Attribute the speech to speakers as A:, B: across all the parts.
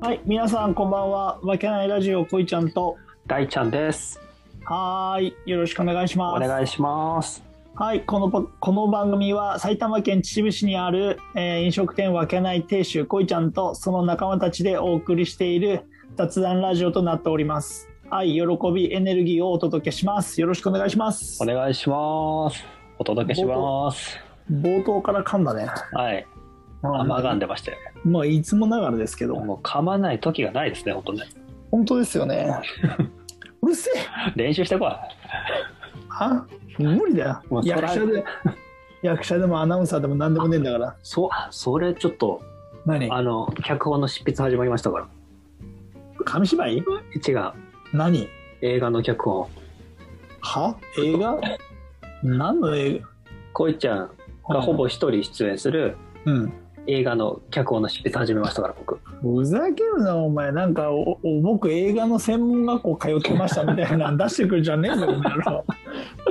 A: はい、皆さんこんばんは。わけないラジオこいちゃんと。
B: 大ちゃんです。
A: はーい、よろしくお願いし
B: お
A: ます。
B: 願いします。
A: はい、このパこの番組は埼玉県秩父市にある、えー飲食店わけない亭主こいちゃんとその仲間たちでお送りしている雑談ラジオとなっております。愛、喜び、エネルギーをお届けします。よろしくお願いします
B: お。願いします。お届けします。
A: 冒頭から噛んだね。
B: はい。あまあ噛んでましたよ。
A: まあいつもながらですけど。
B: もう噛まない時がないですね、本当ね。
A: 本当ですよね。 うるせえ。
B: 練習してこい。
A: あ無理だよ
B: もう。そら
A: 役者で、 役者でもアナウンサーでも何でもねえんだから。
B: そう、あそれちょっと、
A: 何
B: あの、脚本の執筆始まりましたから。
A: 紙芝居
B: 違う。
A: 何
B: 映画の脚本。
A: は映画何の映
B: こいちゃん
A: 画
B: がほぼ一人出演する
A: うん。
B: 映画の脚本の執筆始めましたから、僕。
A: ふざけるな、お前。なんか、おお僕、映画の専門学校通ってましたみたいな、出してくるじゃねえぞ、お前 ら。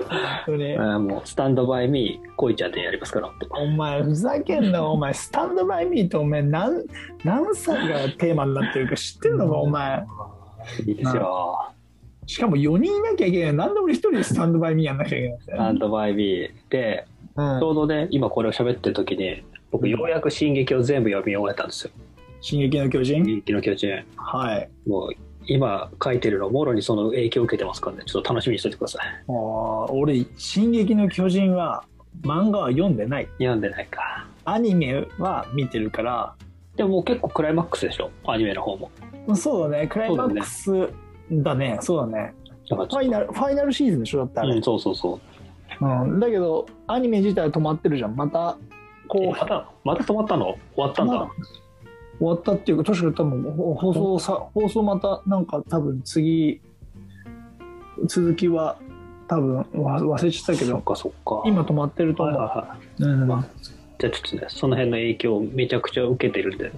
A: 本当に
B: えーもう、スタンドバイミー、こいちゃんでやりますから、本当
A: お前、ふざけんな、お前。スタンドバイミーって、お前、何、何歳がテーマになってるか知ってんのか、お前。
B: いいですよ。
A: しかも4人いなきゃいけない。何で俺一人でスタンドバイミーやんなきゃいけないんだ
B: ス
A: よ
B: タンドバイミーで、
A: うん
B: ちょうどね、今これを喋ってる時に、僕、ようやく進撃を全部読み終えたんですよ。
A: 進撃の巨人
B: 進撃の巨人。
A: はい。
B: もう、今書いてるの、もろにその影響を受けてますからね、ちょっと楽しみにしておいてください。
A: あー俺、進撃の巨人は漫画は読んでない。
B: 読んでないか。
A: アニメは見てるから、
B: でももう結構クライマックスでしょ、アニメの方も。
A: そうだね、クライマックスだね、そうだね。
B: だからち
A: フ
B: ょっ
A: ァイナル、ファイナルシーズンでしょ、だった
B: と
A: ら、
B: うん、そうそうそう。
A: うん。だけど、アニメ自体は止まってるじゃん。また、
B: え
A: こ
B: ま
A: う、
B: た、また止まったの終わったんだ。
A: 終わったっていうか、確か多分、ほ放送さ、放送また、なんか多分次、続きは、多分わ忘れちゃったけ
B: そ
A: ど
B: っ、かそっか。
A: 今止まってると
B: はい
A: 思。
B: はいうはい。
A: うん
B: まじゃあちょっとね、その辺の影響をめちゃくちゃ受けてるんで、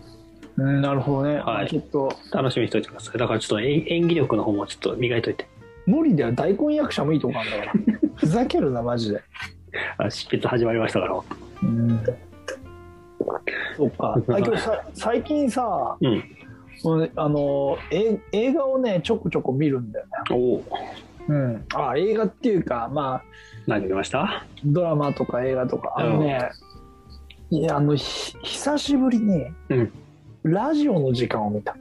A: うん、なるほどね。
B: はい
A: ちょっと、
B: 楽しみにしておいてください。だからちょっと演演技力の方もちょっと磨いといて。
A: 無理だよ。大根役者もいいとこなんだ から。ふざけるな、マジで。
B: あ執筆始まりましたから。
A: うん。そっか。 あ今日さ最近さ、
B: うん。
A: うんあのえ映画をね、ちょこちょこ見るんだよね。
B: おお。
A: うん。あ、映画っていうか、まあ、
B: 何見ました
A: ドラマとか映画とか、あのね、いや、あの、ひ久しぶりに、
B: うん
A: ラジオの時間を見た。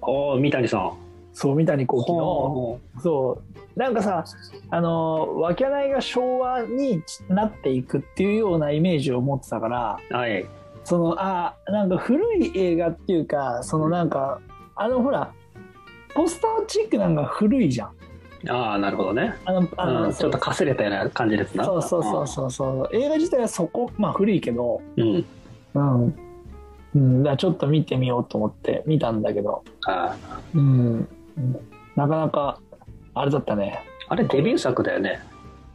B: おお、三谷さん。
A: そう、三谷幸喜の。
B: ほ
A: そうなんかさあのわけないが昭和になっていくっていうようなイメージを持ってたから
B: うはい。
A: そのあなんか古い映画っていうかそのなんかあのほらポスターチックなんか古いじゃん
B: ああ、なるほどね。
A: あのあの、
B: うん、ちょっとかすれたような感じですな。
A: そうそうそうそうそう映画自体はそこまあ古いけど
B: うん。うん。
A: うん、うん、だからちょっと見てみようと思って見たんだけど
B: あー
A: うんなかなかあれだったね
B: あれ、デビュー作だよね。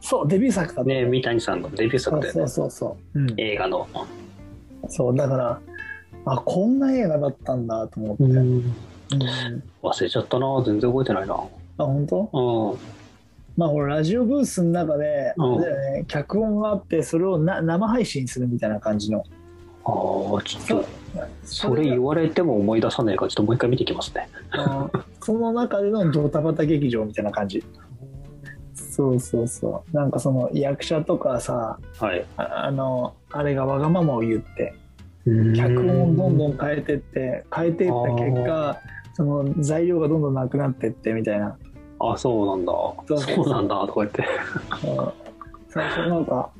A: そうデビュー作だった
B: ね三谷さんのデビュー
A: そ
B: 作
A: う
B: だよ
A: そ
B: ね
A: う。そうそう、うん、
B: 映画の。
A: そうだからあこんな映画だったんだと思って、うん
B: ん。忘れちゃったな。全然覚えてないな。
A: あ本当
B: うん。
A: まあこれラジオブースの中で、
B: うん
A: あれだよね、脚本があってそれをな生配信するみたいな感じの
B: ああ、ちょっと、それ
A: が
B: 言われても思い出さないから、ちょっともう一回見てきますね。
A: あのその中でのドタバタ劇場みたいな感じそうそうそうなんかその役者とかさ
B: はい。
A: ああのあれがわがままを言って脚
B: 脚
A: 本をどんどん変えてって変えていった結
B: あ
A: 果その材料がどんどんなくなってってみたいな
B: あ、そうなんだ。
A: そうそう
B: そうなんだ、とか言って。
A: うん最初なんか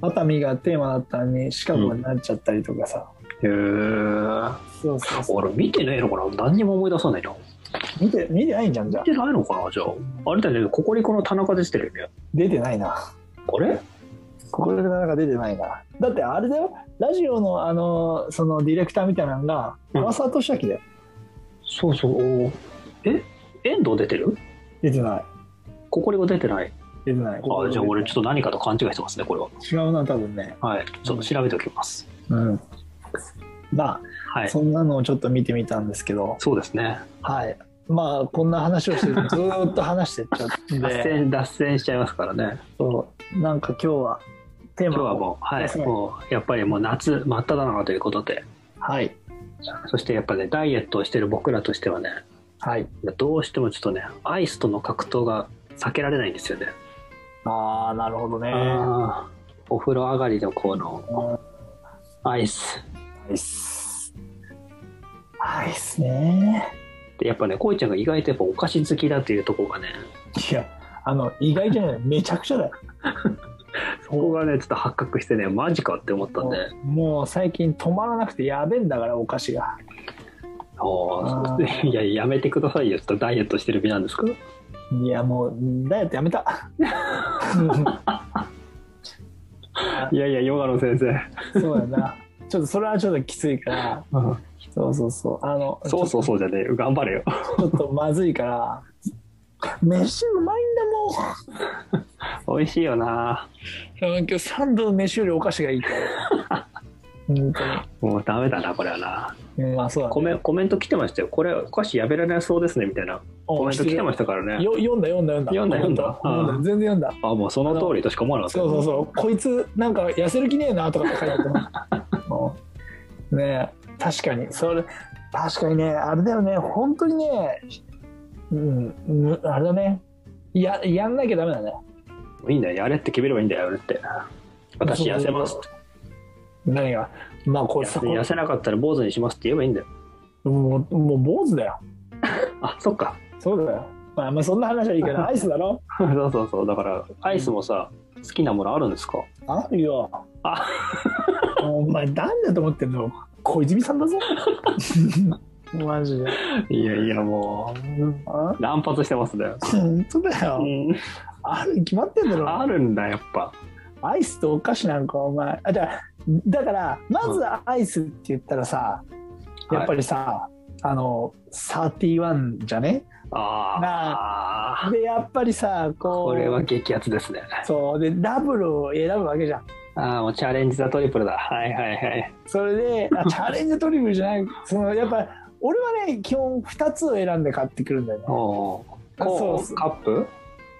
A: 熱海がテーマだったのにシカゴになっちゃったりとかさ、
B: へえ。
A: そうそうそ
B: 俺見てないのかな何にも思い出さないな。
A: う見て見てないんじゃんじゃあ
B: 見てないのかなじゃあ。あれだよね、ココリコの田中出てるよね。
A: 出てないな
B: あれ
A: ここでなかなか出てないなだってあれだよラジオのあのそのディレクターみたいなのが
B: うん
A: 川沢俊明だよ
B: そうそう。え遠藤出てる
A: 出てない
B: ココリコ出てない。
A: 出てない
B: あ、じゃあ俺ちょっ
A: ょ
B: と何かと勘違いしてますね、これは。
A: っと違うな多分ね
B: はい。ちょっと調べておきます。
A: うんまあ、
B: はい。
A: そんなのをちょっと見てみたんですけど
B: そうですね。
A: はいまあこんな話をしてるとずーっと話してっちゃって
B: 脱線、脱線しちゃいますからね。
A: そうなんか今日はテー
B: 今日
A: マ
B: は
A: を
B: もう、は
A: そうです
B: い。
A: ね
B: もう、やっぱりもう夏真っ只中ということで、
A: はい
B: そしてやっぱねダイエットをしてる僕らとしてはね
A: はい。
B: どうしてもちょっとねアイスとの格闘が避けられないんですよね、
A: ああ、なるほどね。
B: あーお風呂上がりのこのアイス
A: アイス。アイスね。
B: でやっぱねこいちゃんが意外とやっぱお菓子好きだっていうところがね
A: いや、あの、意外じゃない。めちゃくちゃだよ。
B: そこがねちょっと発覚してねマジかって思ったんで
A: もう最近止まらなくてやべえんだから、お菓子が。
B: あ
A: あ
B: ーいややめてくださいよちょっとダイエットしてる身なんですか
A: いや、もう、ダイエットやめ た。
B: いやいやヨガの先生、
A: そうやな。ちょっとそれはちょっときついから、そうそうそう。あの、
B: そうそうそうじゃねえよ頑 張れよ
A: ちょっとまずいから、飯うまいんだもん。
B: 美味しいよない
A: や今日三度の飯よりお菓子がいいから。 本
B: もうダメだなこれはな
A: 当に。まあそうだ、ね。
B: コメコメント来てましたよこれお菓子やめられなそうですねみたいなコメント来てましたからね
A: よ読んだ読んだ読んだ。
B: 読んだ読んだ
A: コメント
B: うん
A: 読んだ全然読んだ。
B: あもうその通りとしか思わなかった
A: そうそうそう。こいつなんか痩せる気ねえなとかって書いてあった もんうんねえ確かにそれ確かにねあれだよね本当にねうんうんあれだねややんなきゃダメだね。
B: いいんだよやれって決めればいいんだよやれって私痩せますって
A: 何がまあこれさ
B: 痩せなかったら坊主にしますって言えばいいんだよ
A: もうもう坊主だよ。
B: あそっか
A: そうだよ。まあまあそんな話はいい けどアイスだろ。
B: そうそうそうだからアイスもさ好きなものあるんですか
A: あるよ。
B: あ
A: お前誰だと思ってんの小泉さんだ ぞマジで
B: いやいやも
A: あ
B: う乱発してますね、
A: 本当だよ、
B: うん、
A: あるに決まってんだろ
B: あるんだやっぱ
A: アイスとお菓子なんかお前あだからだからまずアイスって言ったらさ、
B: うん
A: やっぱりさ、あの31じゃね
B: ああ
A: でやっぱりさこ
B: こ
A: う
B: れは激アツですね
A: そうでダブルを選ぶわけじゃん
B: ああもうチャレンジだトリプルだはいはいはい
A: それで あチャレンジトリブルじゃないそのやっぱ俺はね基本2つを選んで買ってくるんだよね
B: おお
A: そ
B: ー
A: う
B: こ
A: そう
B: うカップ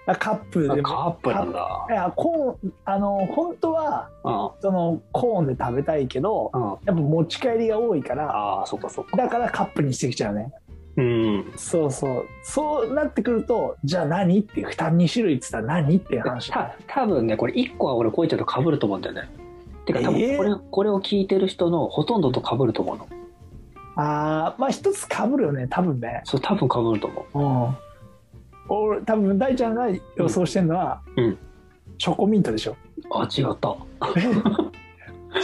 A: あカップ
B: あ
A: でも
B: カップなんだ
A: いやコーンあの本当は
B: うん
A: そのコーンで食べたいけど
B: うん
A: やっぱ持ち帰りが多いから
B: ああそっかそっか
A: だからカップにしてきちゃうね
B: うん
A: そうそうそうなってくるとじゃあ何っていう2種類っつったら何っていう話
B: た多分ねこれ1個は俺こいちゃんとかぶると思うんだよねてか多
A: え
B: 分
A: ー
B: これ,、これを聞いてる人のほとんどとかぶると思うの
A: あーまあ一つかぶるよね多分ね
B: そう多分かぶると思
A: う
B: う
A: ん俺多分大ちゃんが予想してるのは、
B: うんうん
A: チョコミントでしょ
B: あ違った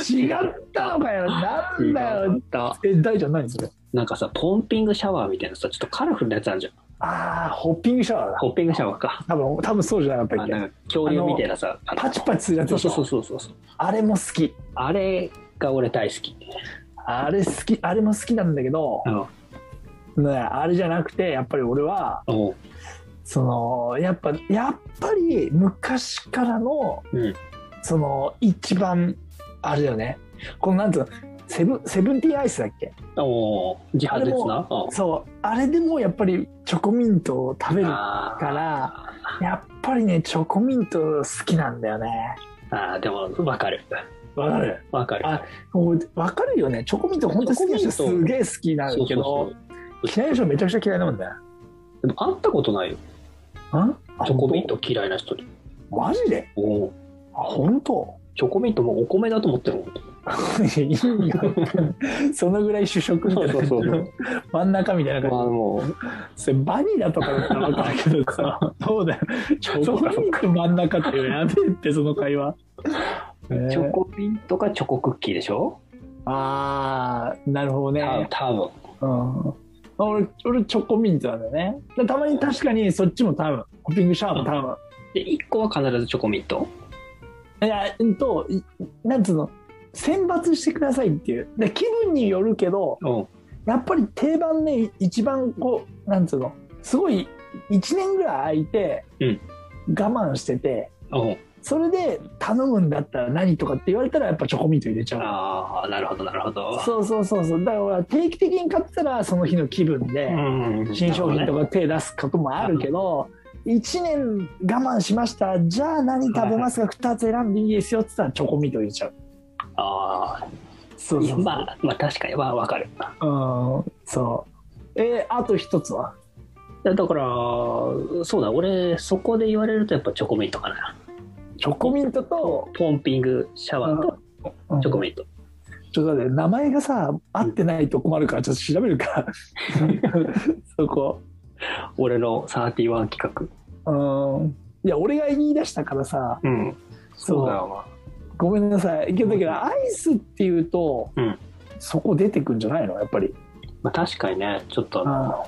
A: 違ったのかよなんだ
B: 違
A: よ
B: った
A: え大ちゃん何それ
B: なんかさポンピングシャワーみたいなさちょっとカラフルなやつあるじゃん
A: ああホッピングシャワーだ
B: ホッピングシャワーか
A: 多分多分そうじゃなかった
B: あ
A: っけ
B: なんか恐竜みたいなさあの
A: パチパチするやつで
B: そう
A: し
B: そうそ
A: ょ
B: うそうそうそう
A: あれも好き
B: あれが俺大好き
A: あれ好きあれも好きなんだけど、
B: あの
A: ね、あれじゃなくてやっぱり俺は
B: おう
A: そのやっぱやっぱり昔からの、
B: うん
A: その一番あれだよねこのなんつうのセブンセブンティーンアイスだっけ
B: おう自販です
A: あ
B: なおう
A: そうあれでもやっぱりチョコミントを食べるか
B: あー
A: らやっぱりねチョコミント好きなんだよね
B: あーでもわかる
A: わかる
B: わかる
A: あもうわかるよねチョコミント本当に好きな人
B: チョコ
A: す
B: ミント
A: げえ好きなんだけ
B: そう
A: ど
B: そう
A: 嫌いな人めちゃくちゃ嫌いなもんだよ
B: そうでも会ったことないよ
A: あ
B: チョコミント嫌いな人に
A: マジで
B: おう
A: あ本 当
B: チョコミントもお米だと思ってるもん
A: いい よそのぐらい主食みたいな感じ
B: そうそうそ
A: の真ん中みたいな
B: まあ
A: 感
B: もう
A: じそれバニラとかだったら分かるけど さそうだよチョコミント真ん中ってやべえってその会話えー
B: チョコミントかチョコクッキーでしょ、
A: ああなるほどね、
B: た多分
A: うん、俺俺チョコミントなんだよねでたまに確かにそっちも多分ホッピングシャワーも多分
B: で1個は必ずチョコミント
A: いや、うんと、いなんつうの、選抜してくださいっていう。で、気分によるけど、
B: うん
A: やっぱり定番ね、一番こう、なんつうの、すごい、1年ぐらい空いて、我慢してて、
B: うん
A: それで頼むんだったら何とかって言われたら、やっぱチョコミント入れちゃう。
B: ああなるほどなるほど
A: そうそうそうそう。だから定期的に買ってたら、その日の気分で、
B: ん
A: 新商品とか手出すこともあるけど、1年我慢しました、じゃあ何食べますか、2つ選んでいいですよって言ったらチョコミント入れちゃう。
B: ああ
A: そうそうそう
B: まあ、まあ確かにまあわかる
A: うんそうえーあと一つは
B: だからそうだ俺そこで言われるとやっぱチョコミントかな
A: チョコミントと、
B: ポンピングシャワーと
A: うん
B: チョコミント
A: ちょっと待って名前がさ合ってないと困るからちょっと調べる からそこ
B: 俺の31企
A: うんいや俺が言い出したからさ
B: 画うんそうだよ
A: ごめんなさいけどだけどアイスっていうと、
B: うん
A: そこ出てくんじゃないのやっぱり
B: まあ確かにねちょっと
A: あ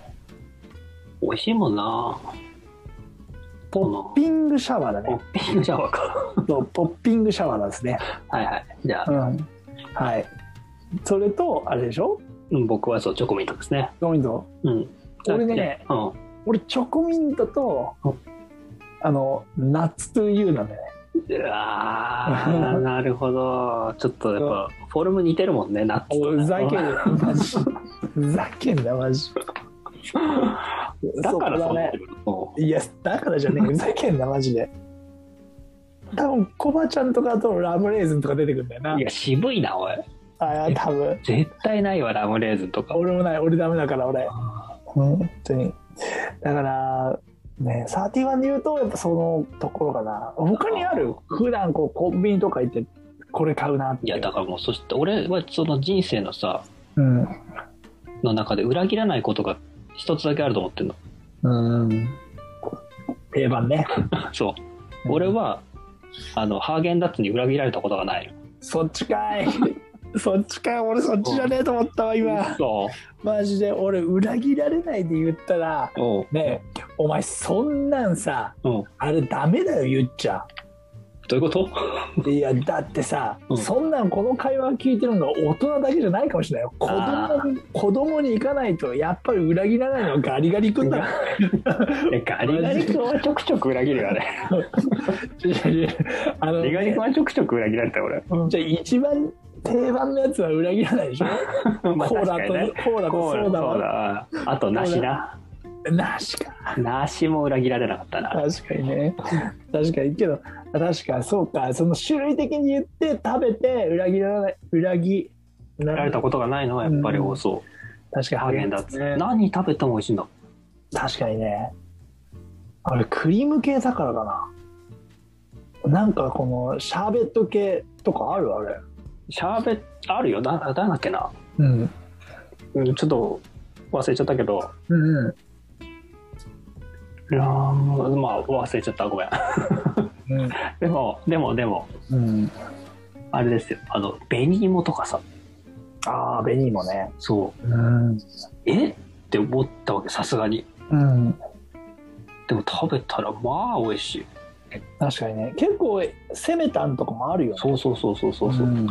B: 美味しいもんな
A: ポッピングシャワーだ
B: ポ
A: ね
B: ンピングシャワーか
A: そうポッピングシャワーなんですね
B: はいはいじゃあ
A: う、んはいそれとあれでしょ
B: うん、僕はそうチョコミントですね
A: チョコミント
B: うん
A: 俺ね
B: だっ
A: 俺チョコミントと、
B: うん
A: あのナッツトゥーユーなんだよね
B: てうんうわーなるほどちょっとやっぱフォルム似てるもんねナッツ
A: お
B: と
A: いふざけんなマジふ ざけんなマジ
B: だから
A: そ
B: そ
A: だ
B: ううな
A: ね
B: ってるの
A: いやだからじゃね えふざけんなマジで多分コバちゃんとかとラムレーズンとか出てくるんだよない
B: や渋いなおい
A: ああ多分
B: 絶対ないわラムレーズンとか
A: 俺もない俺ダメだから俺本当にだからね31で言うとやっぱそのところかな他にある普段こうコンビニとか行ってこれ買うなって
B: い
A: い
B: や
A: う
B: だからもうそして俺はその人生のさ
A: うん
B: の中で裏切らないことが一つだけあると思ってんの
A: うん定番ね
B: そう俺はあのハーゲンダッツに裏切られたことがない
A: そっちかい そっちかい俺そっちじゃねえと思ったわ今
B: そ
A: マジで俺裏切られないで言ったら
B: うおう
A: ねえお前そんなんさ
B: うんど
A: あれダメだよ言っちゃ
B: ういうこと
A: いやだってさ、
B: うん
A: そんなんこの会話聞いてるのは大人だけじゃないかもしれないよ子
B: あ
A: 供に子供に行かないとやっぱり裏切らないのはガリガリ君だから
B: えガリガリ君はちょくちょく裏切るよね
A: あの
B: ガリガリ君はちょくちょく裏切られたよ俺
A: じゃあ一番定番のやつは裏切らないでしょ
B: まあ
A: コーラ
B: 確か
A: と、
B: にね
A: コーラと
B: コー
A: ソ
B: ラ
A: ーダ
B: そう
A: は
B: だあと梨な
A: なしか
B: 梨も裏切られなかったな
A: 確かにね確かにけど確かそうかその種類的に言って食べて裏切らない裏切ら
B: 裏切られたことがないのはやっぱり多そう
A: 確かに
B: ハーゲンダッツ何食べても美味しいんだ
A: 確かにねあれクリーム系だからかななんかこのシャーベット系とかあるあれ
B: シャーベットあるよななんだっけな
A: うん
B: うんちょっと忘れちゃったけど
A: うんう
B: ラームまあ忘れちゃったごめん
A: んうん
B: でもでもでも
A: うん
B: あれですよあの紅芋とかさ
A: ああベニーもね
B: そう
A: うん
B: えって思ったわけさすがに
A: うん
B: でも食べたらまあ美味しい
A: 確かにね結構攻めたんとかもあるよね
B: そうそうそうそうそうそう、
A: ん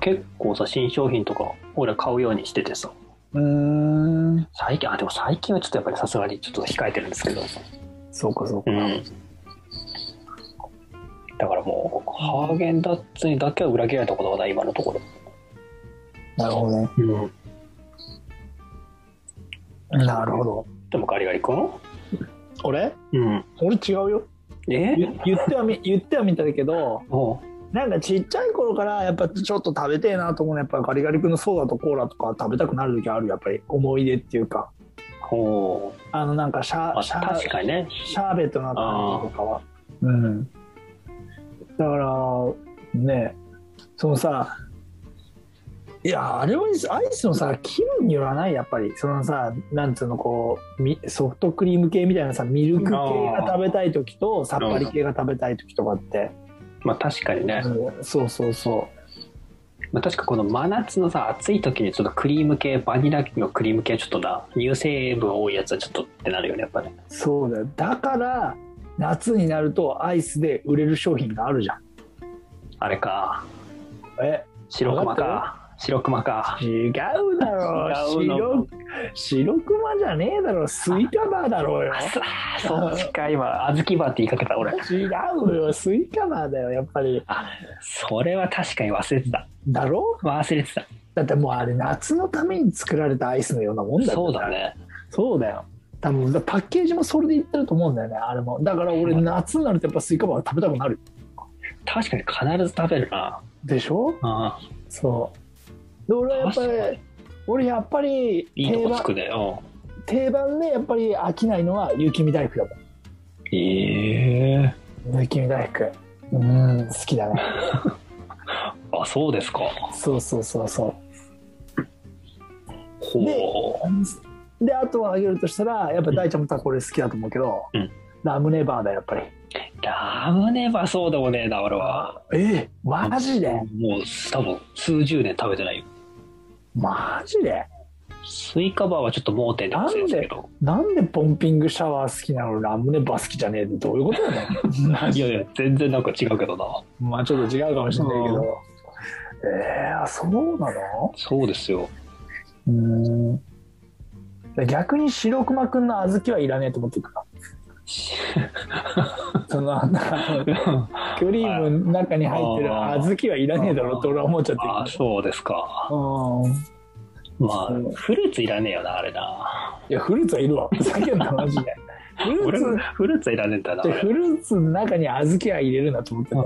B: 結構さ新商品とか俺買うようにしててさ
A: うーん
B: 最近あでも最近はちょっとやっぱりさすがにちょっと控えてるんですけど
A: そうかそうか
B: うんだからもうハーゲンダッツにだけは裏切られたことがない今のところ
A: なるほどね
B: うん
A: なるほど
B: でもガリガリ君
A: 俺
B: うん
A: 俺違うよ
B: え
A: 言言ってはみ言ってはみたけど
B: お
A: なんかちっちゃい頃からやっぱちょっと食べてえなと思うのやっぱガリガリ君のソーダとコーラとか食べたくなる時あるやっぱり思い出っていうか
B: お
A: あのなんかシャ
B: あ
A: シャ
B: 確かにね
A: シャーベットの感じとかはうんだからねそのさいやあれはアイスのさ気分によらないやっぱりそのさなんつうのこうみソフトクリーム系みたいなさミルク系が食べたい時とさっぱり系が食べたい時とかって、
B: まあ確かにね、
A: うんそうそうそう
B: まあ、確かこの真夏のさ暑い時にちょっとクリーム系バニラのクリーム系ちょっとな乳成分多いやつはちょっとってなるよねやっぱね
A: そうだよだから夏になるとアイスで売れる商品があるじゃん
B: あれか
A: え
B: 白熊か白熊か
A: 違うだろう
B: 違うの
A: 白白クマじゃねえだろうスイカバーだろうよ
B: あそそっちか今小豆バーって言いかけた俺
A: 違うよスイカバーだよやっぱり
B: それは確かに忘れてた
A: だろ
B: 忘れてた
A: だってもうあれ夏のために作られたアイスのようなもんだよ
B: そうだね
A: そうだよ多分だパッケージもそれでいってると思うんだよねあれもだから俺夏になるとやっぱスイカバー食べたくなる
B: 確かに必ず食べるな
A: でしょ
B: あ
A: そうで俺はやっぱ
B: 確か
A: り
B: に
A: 俺やっぱり
B: いいと
A: 定
B: こつ
A: 番
B: くねうん
A: 定番でやっぱり飽きないのは雪見大福だもん
B: ええ
A: 雪見大福うん好きだね
B: あそうですか
A: そうそうそうそう
B: ほ
A: であとはあげるとしたらやっぱ大ちゃんも多分これ好きだと思うけど、
B: うん
A: ラムネバーだやっぱり
B: うラムネはそうでもねえな俺は
A: えマジで
B: もう多分数十年食べてないよ
A: マジで
B: スイカバーはちょっと盲点でもしれないですけど
A: なんでポンピングシャワー好きなのラムネバー好きじゃねえってどういうことだよね
B: いやいや全然なんか違うけどな
A: まあちょっと違うかもしれないけど、えー、あそうなの
B: そうで すよ
A: うーん逆に白熊くんの小豆はいらねえと思っていく かそのなんかクリームの中に入ってる
B: あー
A: 小豆はいらねえだろって俺は思っちゃってる
B: あそうですか
A: うん
B: まあ
A: そう
B: フルーツいらねえよなあれない
A: やフルーツはいるわふざけんなマジでフル
B: 俺
A: ー
B: フルーツはいらねえんだよな
A: ツ
B: 俺
A: フルーツの中に小豆は入れるなと思ってた
B: あ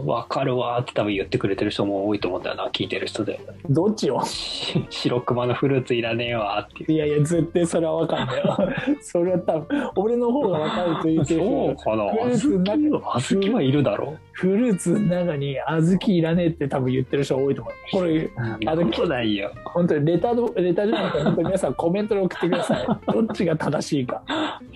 B: ーわかるわーって多分言ってくれてる人も多いと思うんだよな聞いてる人で
A: どっちを
B: し白熊のフルーツいらねえわーってい
A: い
B: う
A: やいや絶対それは分かんない よそれは多分俺の方が分かると言ってる人
B: そうかな
A: フルーツ
B: 小
A: の中に
B: 豆は小豆はいるだろ
A: フルーツの中に小豆いらねえって多分言ってる人多いと思うこれ
B: う
A: あ
B: あ
A: で
B: で
A: も
B: もないよ
A: 本当にレターのレターじゃなくて本当に皆さんコメントで送ってくだ さいどっちが正しいか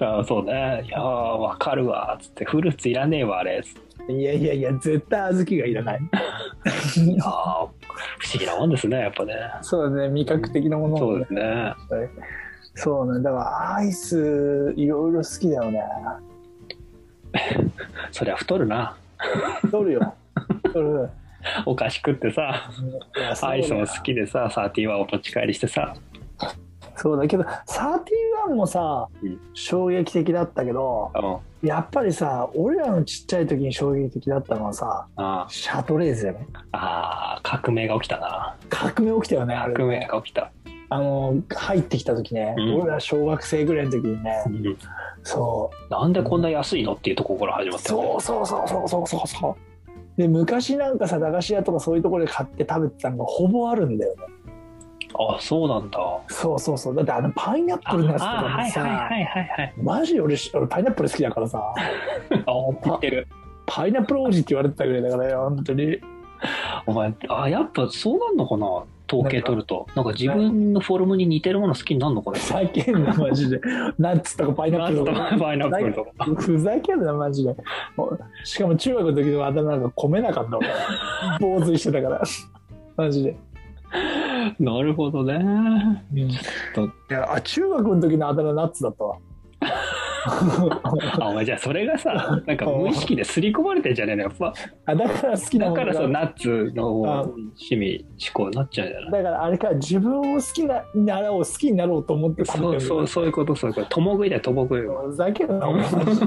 B: あそうねいやーわかるわーっつってフルーツいらねえわあれつって
A: いやいやいや絶対小豆がいらない
B: いやー不思議なもんですねやっぱね
A: そうだね味覚的なもの
B: そうですね
A: そうねだからアイスいろいろ好きだよね
B: そりゃ太るな
A: 取るよ取る
B: お菓子食ってさ
A: いやそうだ
B: アイスも好きでさサーティワンを持ち帰りしてさ
A: そうだけど31もさ、
B: うん
A: 衝撃的だったけど
B: うん
A: やっぱりさ俺らのちっちゃい時に衝撃的だったのはさ
B: あ
A: シャトレーゼだよね
B: ーあー革命が起きたな
A: 革命起きたよねあれ
B: 革命が起きた、
A: あの入ってきた時ね、
B: うん
A: 俺ら小学生ぐらいの時にね
B: うん
A: そう
B: なんでこんな安いのっていうところから始まったよね
A: そうそうそうそうそうそうそうで昔なんかさ駄菓子屋とかそういうところで買って食べてたのがほぼあるんだよね
B: あそうなんだ
A: そうそうそうだってあのパイナップルのやつと
B: あ
A: か
B: は
A: も
B: い
A: さ、
B: はいはいはいはい
A: マジ俺俺パイナップル好きだからさ
B: あ知ってる
A: パイナップル王子って言われてたぐらいだからよ本当に
B: お前あやっぱそうなんのかな統計取るとなんか自分のフォルムに似てるもの好きになるのかな
A: 叫んなマジでナッツとかパイナッ
B: な
A: プ
B: ん
A: ル
B: と
A: とか
B: かパイナップルとか
A: ふざけんなマジでもうしかも中学の時のあだ名が米なか った俺坊主にしてたからマジで、
B: なるほどね
A: いやあ中学の時のあだ名ナッツだった わ
B: あお前じゃあそれが さなんか無意識で刷り込まれてんじゃねえのやっぱ
A: あだから好きな
B: だ
A: も
B: か
A: の
B: ら
A: が
B: そうナッツの
A: あ
B: 趣味思考になっちゃうんじゃない
A: だからあれから自分を好きなならを好きになろうと思って食べて
B: そう
A: る
B: そうそういうことそういうこと共食いだよ共食い
A: ふざけんなお前マジで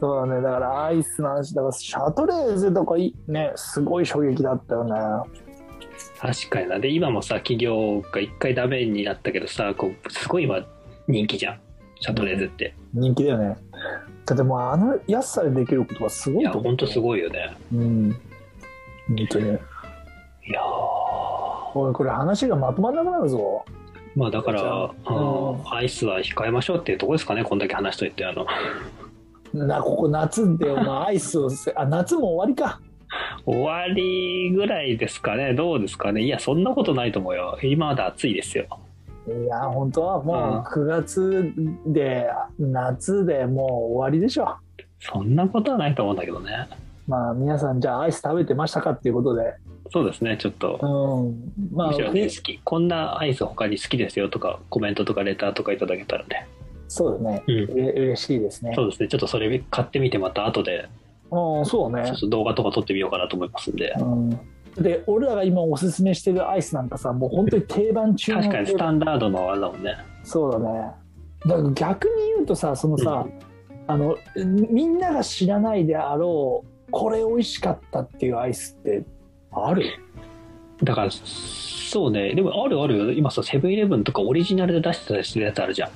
A: そうだねだからアイスの話だからシャトレーゼとかいねすごい衝撃だったよね
B: 確かになで今もさ企業が一回ダメになったけどさこうすごい今人気じゃんシャトレーゼって、
A: 人気だよねだってもうあの安さでできることはすご
B: い
A: い
B: や
A: と思う
B: ほんとすごいよね
A: うん本当に
B: いやー
A: おいこれ話がまとまらなくなるぞ
B: まあだから、
A: うん
B: うんアイスは控えましょうっていうとこですかねこんだけ話しといてあの
A: なここ夏でお前 アイスをせあ夏も終わりか
B: 終わりぐらいですかねどうですかねいやそんなことないと思うよ今まだ暑いですよ
A: いや本当は
B: うん
A: もう9月で夏でもう終わりでしょ
B: そんなことはないと思うんだけどね
A: まあ皆さんじゃあアイス食べてましたかっていうことで
B: そうですねちょっと
A: うんまあ
B: むしろね好きこんなアイス他に好きですよとかコメントとかレターとかいただけたらね
A: そうだね
B: う
A: うんれ嬉しいですね
B: そうですねちょっとそれ買ってみてまた後で
A: うんそうね
B: そうそう動画とか撮ってみようかなと思いますんで
A: うんで俺らが今おすすめしてるアイスなんかさもう本当に定番中の
B: 確かにスタンダードのあれだもんね
A: そうだねだから逆に言うとさそのさ、あのみんなが知らないであろうこれ美味しかったっていうアイスってある
B: だからそうねでもあるあるよ今さセブンイレブンとかオリジナルで出してたりするやつあるじゃ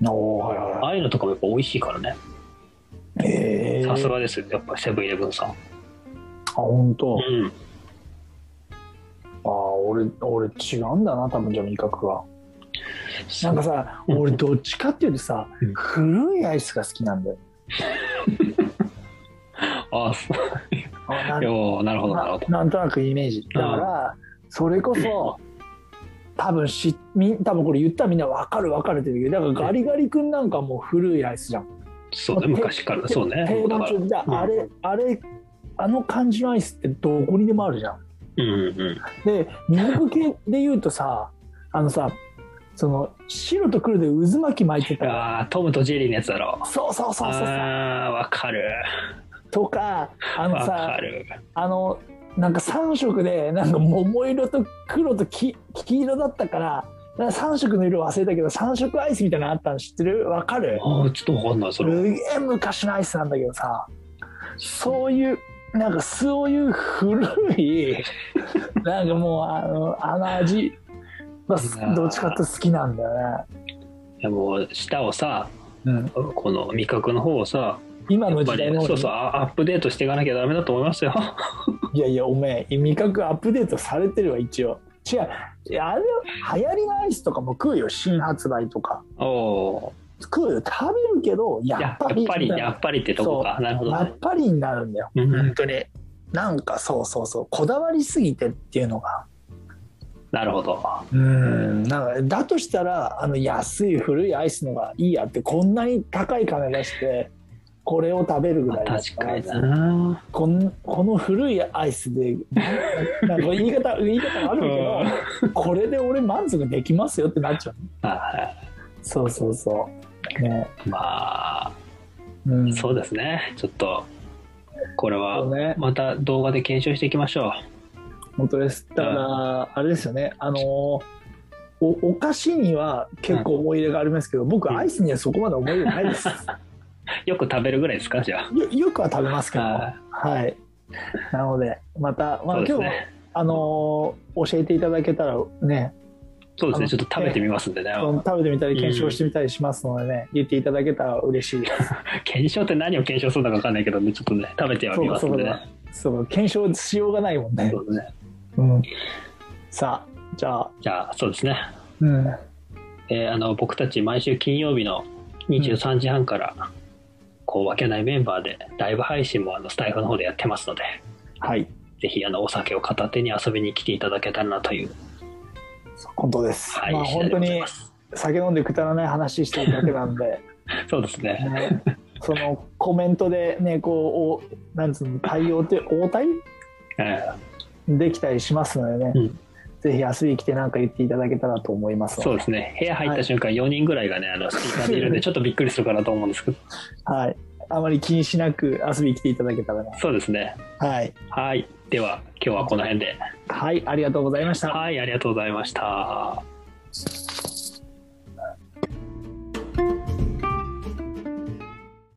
B: ん
A: おはいは
B: ああいうのとかもやっぱ美味しいからね
A: いへえ
B: さすがですよやっぱセブンイレブンさん
A: 本当。
B: うん。
A: ああ、俺、俺違うんだな、多分じゃあ味覚が。なんかさ、
B: うん
A: 俺どっちかっていうとさ
B: うん、
A: 古いアイスが好きなんだよ。
B: あ、そう
A: あなん
B: ようなるほど、なるほど。
A: なんとなくイメージ。だから、それこそ、多分し、み、多分これ言ったらみんなわかるわかるって言うけど、だからガリガリ君なんかもう古いアイスじゃん。
B: そうね、昔から、そうね。
A: 定番
B: だから
A: 中だ
B: うん
A: あれ、あれ、あの感じのアイスってどこにでもあるじゃん。
B: うんうん。
A: で、ミルク系で言うとさ、あのさ、その白と黒で渦巻き巻いてたら、
B: ああ、トムとジェリーのやつだろ。
A: そうそうそうそうそう
B: ああ、わかる。
A: とか、あの
B: わか
A: さ、
B: る。
A: あの、なんか3色で、なんか桃色と黒とき黄色だったから、なんか3色の色忘れたけど、3色アイスみたいなのあったの知ってるわかる
B: ああ、ちょっとわかんない、
A: す
B: それ。
A: げえ昔のアイスなんだけどさ、そういう、なんかそういう古 い、なんかもうあの、あの味がす
B: いやー
A: どっちかっていうと好きなんだよ
B: いやもう、舌をさ、
A: ね。
B: この味覚の方をさ、
A: 今
B: や
A: の
B: っぱ
A: 時代
B: り
A: の、
B: そうそう、あアップデートしていかなきゃダメだと思いま すよ。
A: いやいや、おめえ、味覚アップデートされてるわ、一応。違う、いやあれは流行りのアイスとかも食うよ、新発売とか。
B: おお
A: 食うよ、食べるけど、や
B: ー。や
A: っ
B: っぱ
A: ぱり、
B: り、やっぱりってとこか。なるほど
A: や
B: ね
A: っ。ぱりになるんだよ。
B: うん
A: 本当に。なんかそうそうそう、こだわりすぎてっていうのが。
B: なるほど。
A: うーんなんかだとしたらあの安い古いアイスのがいいやってこんなに高い金出してこれを食べるぐ
B: ま
A: らいだ
B: あ
A: っ
B: 確
A: たら
B: かにな。
A: こんこの古いアイスで なんか言い方言い方あるけどこれで俺満足できますよってなっちゃう
B: は
A: そうそうそうね
B: いまあ、
A: うん
B: そうですね。ちょっと、これ
A: そ
B: は
A: う、ね
B: また動画で検証していきましょう。
A: 本当ですだからあれですよねあのおお菓子には結構思い入れがありますけど、僕
B: うん
A: アイスにはそこまで思い入れない です
B: よく食べるぐらいですかじゃ
A: よよくは食べますけ
B: あ。
A: ど、
B: はい
A: はい。なので、また、まあ、
B: そうです
A: 今日も、
B: ね。
A: あのー教えていただけたらね、
B: そうです
A: あ
B: ね。
A: の
B: ちょっと食べてみますんでね。
A: うん食べてみたり、検証してみたりしますのでね、言っていただけたら嬉し いです。
B: 検証って何を検証するのか分かんないけどね、ちょっとね、食べてはみますんでね。
A: そう、検証しようがないもんね
B: そ。うですね。
A: うん。さあ、じゃあ、
B: じゃあ、そうですね。
A: うん。
B: えーあの僕たち毎週金曜日の23時半から、こう分けないメンバーでライブ配信もあのスタイフの方でやってますので
A: はい。
B: ぜひあのお酒を片手に遊びに来ていただけたらなという、
A: 本当です。
B: はい
A: まあ、
B: 次
A: 本
B: 第で
A: 当
B: ござい
A: に
B: ます
A: 酒飲んでくだらない話してるだけなんで、
B: そうですね
A: ね そのコメントでね、こう、おなんつうの、対応って、応対
B: え
A: できたりしますのでね、
B: うん
A: ぜひ遊びに来て何か言っていただけたらと思いま
B: ー
A: す
B: そうですね部屋入った瞬間4人ぐらいがねあのスピーカーでいるん でちょっとびっくりするかなと思うんですけど
A: はいあまり気にしなく遊びに来ていただけたらね
B: そうですね
A: はい、
B: はいでは今日はこの辺で
A: はい、ありがとうございました
B: はいありがとうございました